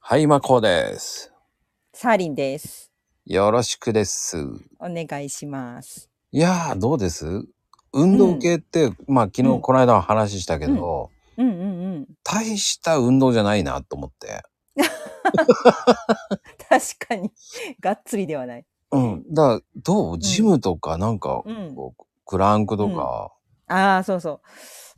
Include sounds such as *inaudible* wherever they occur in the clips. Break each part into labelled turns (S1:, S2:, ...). S1: はい、まこうです。
S2: サーリンです。
S1: よろしくです。
S2: お願いします。
S1: いやー、どうです運動系って、うん、まあ昨日、うん、この間話したけ
S2: ど、うん、うんうんうん *laughs*
S1: 大した運動じゃないなと思って。
S2: 確かに。 *laughs* がっつりではない。
S1: うん。だから、どうジムとか、なんか、こうクランクとか。
S2: ああ、そうそう。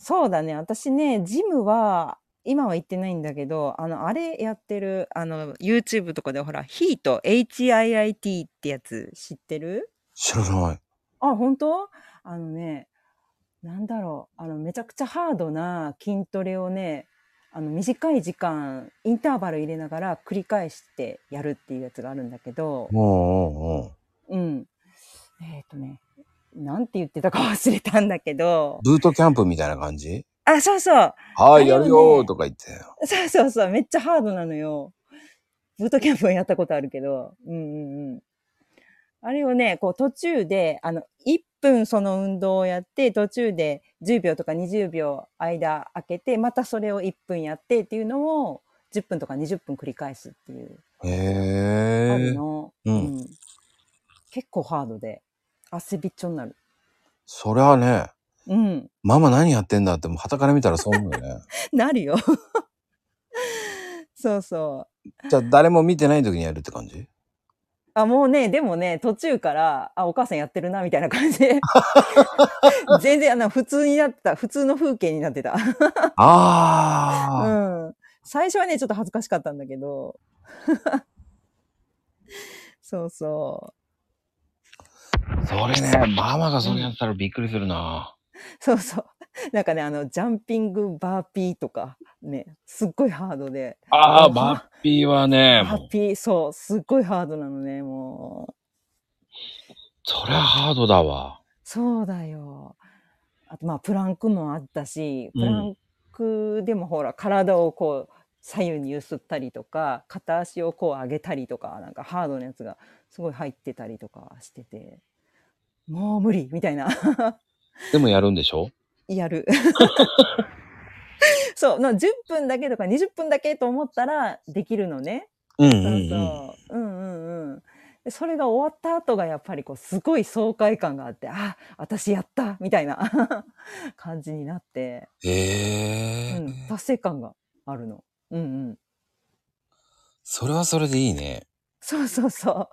S2: そうだね。私ね、ジムは、今は行ってないんだけど、あの、あれやってる、あの、YouTube とかでほら、ヒート、HIIT ってやつ知ってる
S1: 知らない。
S2: あ、本当あのね、なんだろう、あの、めちゃくちゃハードな筋トレをね、あの、短い時間、インターバル入れながら繰り返してやるっていうやつがあるんだけど、
S1: おう
S2: うん。えっ、ー、とね、なんて言ってたか忘れたんだけど。
S1: ブートキャンプみたいな感じ
S2: あ、そうそう。
S1: はい、ね、やるよとか言って。
S2: そうそうそう、めっちゃハードなのよ。ブートキャンプはやったことあるけど。うんうんうん。あれをね、こう途中で、あの、1分その運動をやって、途中で10秒とか20秒間空けて、またそれを1分やってっていうのを、10分とか20分繰り返すっていう。
S1: へ
S2: ー。あるの。
S1: うん、うん、
S2: 結構ハードで、汗びっちょになる。
S1: そりゃね。
S2: うん、
S1: ママ何やってんだってもうはたから見たらそう思うよ *laughs* ね。。
S2: *laughs* なるよそうそう
S1: じゃあ誰も見てない時にやるって感じ
S2: あもうねでもね途中からあお母さんやってるなみたいな感じで全然あの普通になってた普通の風景になってた。
S1: ああ、。
S2: うん。最初はねちょっと恥ずかしかったんだけどそうそう
S1: それねママがそれやったらびっくりするな。
S2: そうそう。なんかね、あの、ジャンピングバーピーとか、ね、すっごいハードで。
S1: ああ、バーピーはね。
S2: バーピー、そう、すっごいハードなのね、も
S1: う。そりゃハードだわ。
S2: そうだよ。あと、まあ、プランクもあったし、プランクでもほら、うん、体をこう、左右に揺すったりとか、片足をこう上げたりとか、なんかハードなやつがすごい入ってたりとかしてて、もう無理みたいな。 *laughs*
S1: でもやるんでしょ
S2: やる。そう、な10分だけとか20分だけと思ったらできるのね。
S1: うんうん
S2: うん、そうそう。うんうんうん。それが終わった後がやっぱりこうすごい爽快感があって、あ、私やったみたいな *laughs* 感じになって。
S1: へえ、
S2: うん。達成感があるの。うんうん。
S1: それはそれでいいね。
S2: そうそうそう。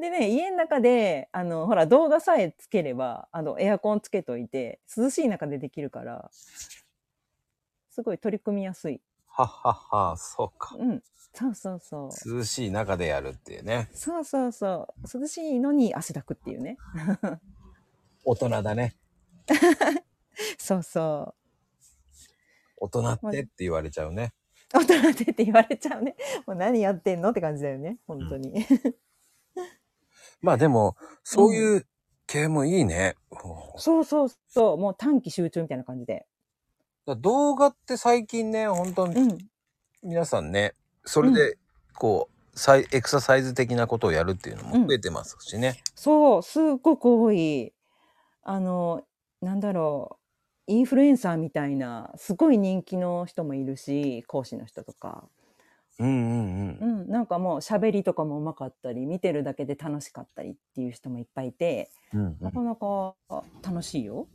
S2: でね、家の中で、あの、ほら、動画さえつければ、あの、エアコンつけといて、涼しい中でできるから、すごい取り組みやすい。
S1: ははは、そうか。。
S2: うん。そうそうそう
S1: 涼しい中でやるっていうね。
S2: そうそうそう。涼しいのに汗だくっていうね。
S1: 大人だね。。
S2: そうそう
S1: 大人ってって言われちゃうね。
S2: 大人でって言われちゃうね。 *laughs* もう何やってんのって感じだよね。本当に。うん、
S1: まあでも、そういう系もいいね、
S2: うん。 *laughs* そうそうそう。もう短期集中みたいな感じで。
S1: 動画って最近ね、本当に、うん、皆さんね、それで、こう、さい、エクササイズ的なことをやるっていうのも増えてますしね。
S2: そう、すごく多い。あの、なんだろう。インフルエンサーみたいなすごい人気の人もいるし講師の人とか、
S1: うんうんうん
S2: うん、なんかもう喋りとかもうまかったり見てるだけで楽しかったりっていう人もいっぱいいて、
S1: うんうん、
S2: なかなか楽しいよ。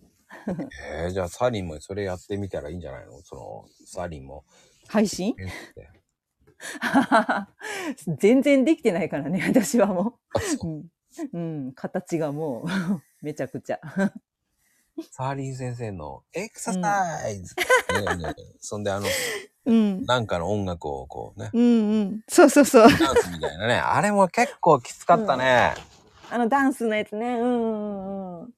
S1: えー、じゃあサリンもそれやってみたらいいんじゃないのそのサリンも。
S2: 配信 *laughs* 全然できてないからね私はもう。う,うん、うん、形がもう *laughs* めちゃくちゃ。
S1: サーリン先生のエクササイズ、うんねね、そんであの、
S2: うん、
S1: なんかの音楽をこうね。
S2: うんうん。そうそうそう。
S1: ダンスみたいなね。あれも結構きつかったね。
S2: うん、あのダンスのやつね。うんうんうん。き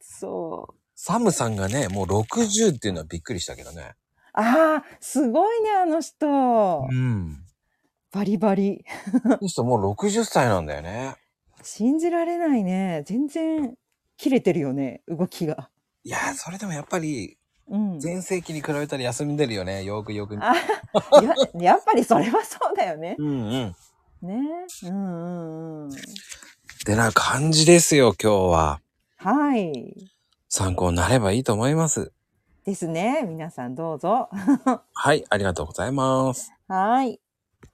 S2: つそう。
S1: サムさんがね、もう60っていうのはびっくりしたけどね。
S2: ああ、すごいね、あの人。
S1: うん。
S2: バリバリ。
S1: この人もう60歳なんだよね。
S2: 信じられないね。全然切れてるよね動きが
S1: いやそれでもやっぱり全盛期に比べたら休んでるよねよくよく
S2: ややっぱりそれはそうだよね
S1: うんうん
S2: ねうんうんうん
S1: てな感じですよ今日は
S2: はい
S1: 参考になればいいと思います
S2: ですね皆さんどうぞ
S1: はいありがとうございます
S2: はい